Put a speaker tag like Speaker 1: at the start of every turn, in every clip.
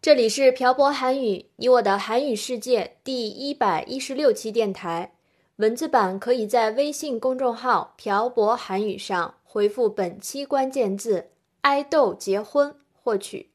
Speaker 1: 这里是朴博韩语，你我的韩语世界第一百一十六期电台。文字版可以在微信公众号“朴博韩语”上回复本期关键字“爱豆结婚”获取。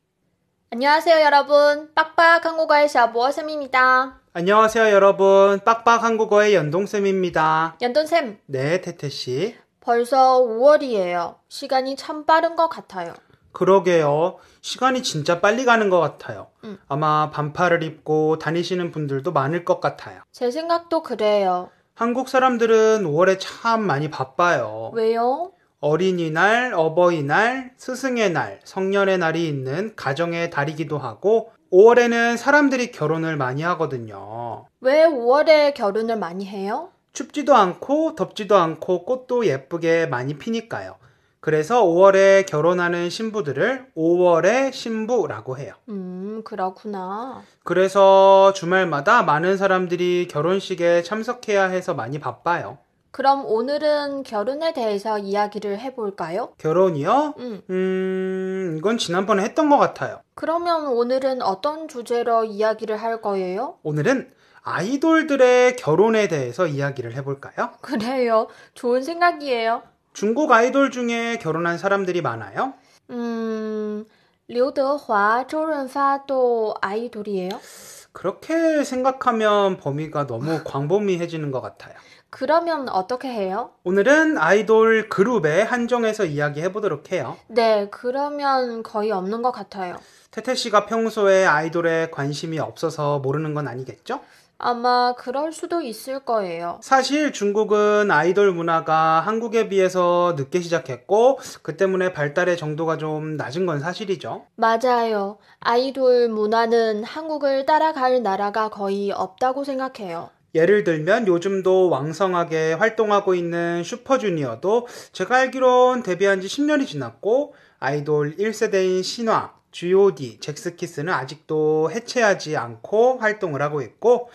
Speaker 1: 안녕하세요여러분빡빡한국어의小博쌤입니다
Speaker 2: 안녕하세요 여러분 빡빡 한국어의 연동쌤입니다
Speaker 1: 연돈쌤
Speaker 2: 네 태태씨
Speaker 1: 벌써 5월이에요. 시간이 참 빠른 것 같아요.
Speaker 2: 그러게요 시간이 진짜 빨리 가는 것 같아요
Speaker 1: 음.
Speaker 2: 아마 반팔을 입고 다니시는 분들도 많을 것 같아요
Speaker 1: 제 생각도 그래요.
Speaker 2: 한국 사람들은 5월에 참 많이 바빠요
Speaker 1: 왜요?
Speaker 2: 어린이날, 어버이날, 스승의 날, 성년의 날이 있는 가정의 달이기도 하고 5월에는 사람들이 결혼을 많이 하거든요
Speaker 1: 왜 5월에 결혼을 많이 해요?
Speaker 2: 춥지도 않고 덥지도 않고 꽃도 예쁘게 많이 피니까요. 그래서 5월에 결혼하는 신부들을 5월의 신부라고 해요.
Speaker 1: 음, 그렇구나.
Speaker 2: 그래서 주말마다 많은 사람들이 결혼식에 참석해야 해서 많이 바빠요.
Speaker 1: 그럼 오늘은 결혼에 대해서 이야기를 해볼까요?
Speaker 2: 결혼이요?
Speaker 1: 음,
Speaker 2: 음, 이건 지난번에 했던 것 같아요.
Speaker 1: 그러면 오늘은 어떤 주제로 이야기를 할 거예요?
Speaker 2: 오늘은 아이돌들의 결혼에 대해서 이야기를 해볼까요?
Speaker 1: 그래요. 좋은 생각이에요.
Speaker 2: 중국 아이돌 중에 결혼한 사람들이 많아요?
Speaker 1: 음, 류德华, 조润파도 아이돌이에요?
Speaker 2: 그렇게 생각하면 범위가 너무 광범위해지는 것 같아요.
Speaker 1: 그러면 어떻게 해요?
Speaker 2: 오늘은 아이돌 그룹의 한정에서 이야기해 보도록 해요.
Speaker 1: 네, 그러면 거의 없는 것 같아요.
Speaker 2: 태태 씨가 평소에 아이돌에 관심이 없어서 모르는 건 아니겠죠?
Speaker 1: 아마 그럴 수도 있을 거예요.
Speaker 2: 사실 중국은 아이돌 문화가 한국에 비해서 늦게 시작했고, 그 때문에 발달의 정도가 좀 낮은 건 사실이죠.
Speaker 1: 맞아요. 아이돌 문화는 한국을 따라갈 나라가 거의 없다고 생각해요.
Speaker 2: 예를 들면 요즘도 왕성하게 활동하고 있는 슈퍼주니어도 제가 알기론 데뷔한 지 10년이 지났고 아이돌 1세대인 신화, G.O.D, 잭스키스는 아직도 해체하지 않고 활동을 하고 있고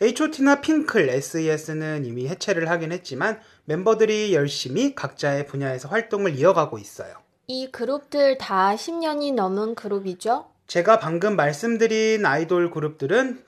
Speaker 2: H.O.T나 핑클, S.E.S는 이미 해체를 하긴 했지만 멤버들이 열심히 각자의 분야에서 활동을 이어가고 있어요.
Speaker 1: 이 그룹들 다 10년이 넘은 그룹이죠?
Speaker 2: 제가 방금 말씀드린 아이돌 그룹들은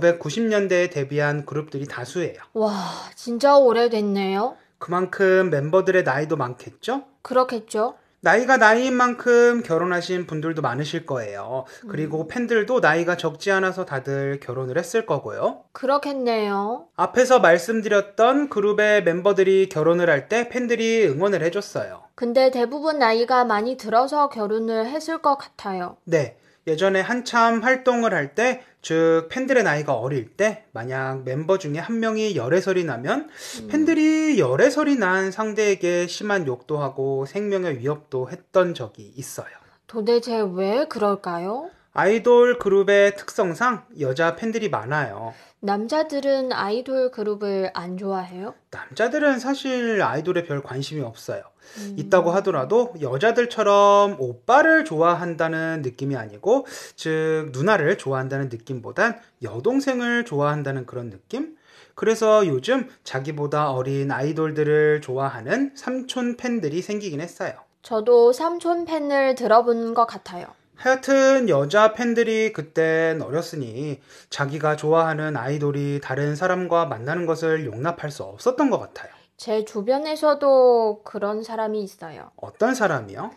Speaker 2: 1990년대에 데뷔한 그룹들이 다수예요.
Speaker 1: 와, 진짜 오래됐네요.
Speaker 2: 그만큼 멤버들의 나이도 많겠죠?
Speaker 1: 그렇겠죠?
Speaker 2: 나이가 나이인 만큼 결혼하신 분들도 많으실 거예요. 그리고 팬들도 나이가 적지 않아서 다들 결혼을 했을 거고요.
Speaker 1: 그렇겠네요.
Speaker 2: 앞에서 말씀드렸던 그룹의 멤버들이 결혼을 할 때 팬들이 응원을 해줬어요.
Speaker 1: 근데 대부분 나이가 많이 들어서 결혼을 했을 것 같아요.
Speaker 2: 네. 예전에 한참 활동을 할 때, 즉, 팬들의 나이가 어릴 때, 만약 멤버 중에 한 명이 열애설이 나면, 팬들이 열애설이 난 상대에게 심한 욕도 하고 생명의 위협도 했던 적이 있어요.
Speaker 1: 도대체 왜 그럴까요?
Speaker 2: 아이돌 그룹의 특성상 여자 팬들이 많아요.
Speaker 1: 남자들은 아이돌 그룹을 안 좋아해요?
Speaker 2: 남자들은 사실 아이돌에 별 관심이 없어요.
Speaker 1: 음.
Speaker 2: 있다고 하더라도 여자들처럼 오빠를 좋아한다는 느낌이 아니고, 즉, 누나를 좋아한다는 느낌보단 여동생을 좋아한다는 그런 느낌? 그래서 요즘 자기보다 어린 아이돌들을 좋아하는 삼촌 팬들이 생기긴 했어요.
Speaker 1: 저도 삼촌 팬을 들어본 것 같아요.
Speaker 2: 하여튼 여자 팬들이 그땐 어렸으니 자기가 좋아하는 아이돌이 다른 사람과 만나는 것을 용납할 수 없었던 것 같아요.
Speaker 1: 제 주변에서도 그런 사람이 있어요.
Speaker 2: 어떤 사람이요?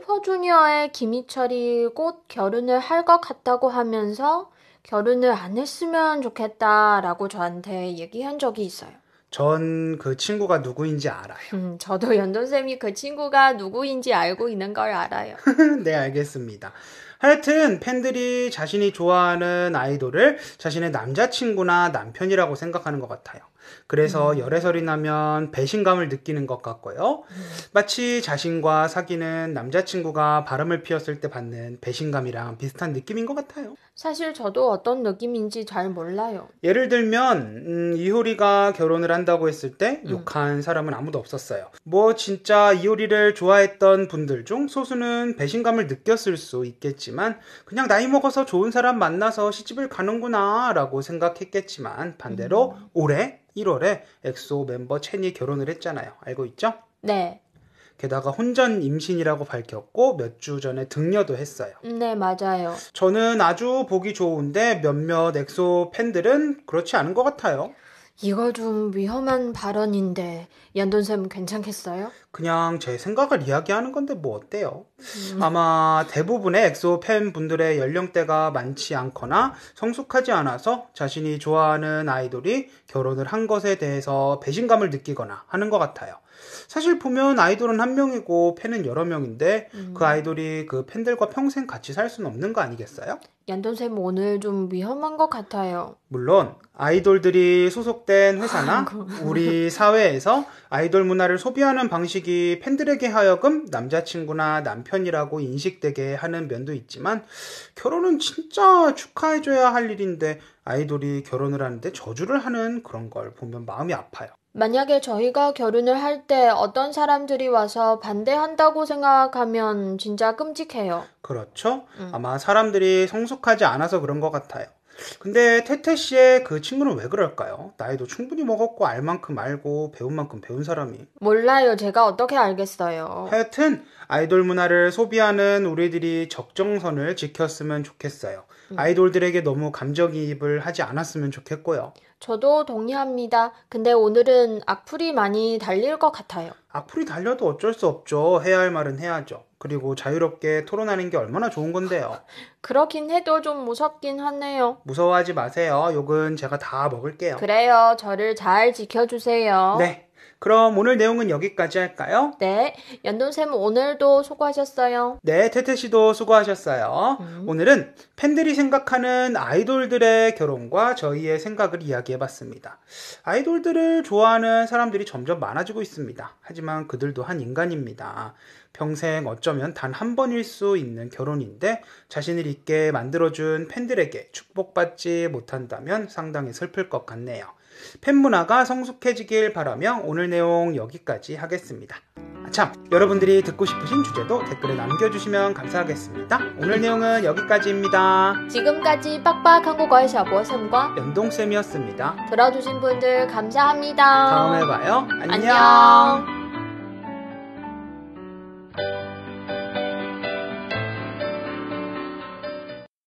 Speaker 1: 슈퍼주니어의 김희철이 곧 결혼을 할 것 같다고 하면서 결혼을 안 했으면 좋겠다라고 저한테 얘기한 적이 있어요.
Speaker 2: 전 그 친구가 누구인지 알아요.
Speaker 1: 음, 저도 연돈쌤이 그 친구가 누구인지 알고 있는 걸 알아요.
Speaker 2: 네, 알겠습니다. 하여튼 팬들이 자신이 좋아하는 아이돌을 자신의 남자친구나 남편이라고 생각하는 것 같아요. 그래서 열애설이 나면 배신감을 느끼는 것 같고요. 마치 자신과 사귀는 남자친구가 바람을 피웠을 때 받는 배신감이랑 비슷한 느낌인 것 같아요.
Speaker 1: 사실 저도 어떤 느낌인지 잘 몰라요.
Speaker 2: 예를 들면 음, 이효리가 결혼을 한다고 했을 때 욕한 사람은 아무도 없었어요. 뭐 진짜 이효리를 좋아했던 분들 중 소수는 배신감을 느꼈을 수 있겠지만 그냥 나이 먹어서 좋은 사람 만나서 시집을 가는구나라고 생각했겠지만 반대로 올해 1월에 엑소 멤버 첸이 결혼을 했잖아요. 알고 있죠?
Speaker 1: 네,
Speaker 2: 게다가 혼전 임신이라고 밝혔고 몇 주 전에 등려도 했어요.
Speaker 1: 네 맞아요.
Speaker 2: 저는 아주 보기 좋은데 몇몇 엑소 팬들은 그렇지 않은 것 같아요.
Speaker 1: 이거 좀 위험한 발언인데 연돈쌤 괜찮겠어요?
Speaker 2: 그냥 제 생각을 이야기하는 건데 뭐 어때요? 아마 대부분의 엑소 팬분들의 연령대가 많지 않거나 성숙하지 않아서 자신이 좋아하는 아이돌이 결혼을 한 것에 대해서 배신감을 느끼거나 하는 것 같아요. 사실 보면 아이돌은 한 명이고 팬은 여러 명인데
Speaker 1: 음.
Speaker 2: 그 아이돌이 그 팬들과 평생 같이 살 수는 없는 거 아니겠어요?
Speaker 1: 연돈쌤 오늘 좀 위험한 것 같아요.
Speaker 2: 물론 아이돌들이 소속된 회사나 우리 사회에서 아이돌 문화를 소비하는 방식이 팬들에게 하여금 남자친구나 남편이라고 인식되게 하는 면도 있지만 결혼은 진짜 축하해줘야 할 일인데 아이돌이 결혼을 하는데 저주를 하는 그런 걸 보면 마음이 아파요.
Speaker 1: 만약에 저희가 결혼을 할 때 어떤 사람들이 와서 반대한다고 생각하면 진짜 끔찍해요.
Speaker 2: 그렇죠?
Speaker 1: 음.
Speaker 2: 아마 사람들이 성숙하지 않아서 그런 것 같아요. 근데 태태 씨의 그 친구는 왜 그럴까요? 나이도 충분히 먹었고 알 만큼 알고 배운 만큼 배운 사람이
Speaker 1: 몰라요. 제가 어떻게 알겠어요.
Speaker 2: 하여튼 아이돌 문화를 소비하는 우리들이 적정선을 지켰으면 좋겠어요. 아이돌들에게 너무 감정이입을 하지 않았으면 좋겠고요.
Speaker 1: 저도 동의합니다. 근데 오늘은 악플이 많이 달릴 것 같아요.
Speaker 2: 악플이 달려도 어쩔 수 없죠. 해야 할 말은 해야죠. 그리고 자유롭게 토론하는 게 얼마나 좋은 건데요.
Speaker 1: 그렇긴 해도 좀 무섭긴 하네요.
Speaker 2: 무서워하지 마세요. 욕은 제가 다 먹을게요.
Speaker 1: 그래요. 저를 잘 지켜주세요.
Speaker 2: 네. 그럼 오늘 내용은 여기까지 할까요?
Speaker 1: 네. 연돈쌤 오늘도 수고하셨어요.
Speaker 2: 네, 태태 씨도 수고하셨어요. 오늘은 팬들이 생각하는 아이돌들의 결혼과 저희의 생각을 이야기해봤습니다. 아이돌들을 좋아하는 사람들이 점점 많아지고 있습니다. 하지만 그들도 한 인간입니다. 평생 어쩌면 단 한 번일 수 있는 결혼인데 자신을 있게 만들어준 팬들에게 축복받지 못한다면 상당히 슬플 것 같네요. 팬문화가 성숙해지길 바라며 오늘 내용 여기까지 하겠습니다. 아, 참, 여러분들이 듣고 싶으신 주제도 댓글에 남겨주시면 감사하겠습니다. 오늘 내용은 여기까지입니다.
Speaker 1: 지금까지 빡빡 한국어의 샤보쌤과
Speaker 2: 연동쌤이었습니다.
Speaker 1: 들어주신 분들 감사합니다.
Speaker 2: 다음에 봐요. 안녕.
Speaker 1: 안녕.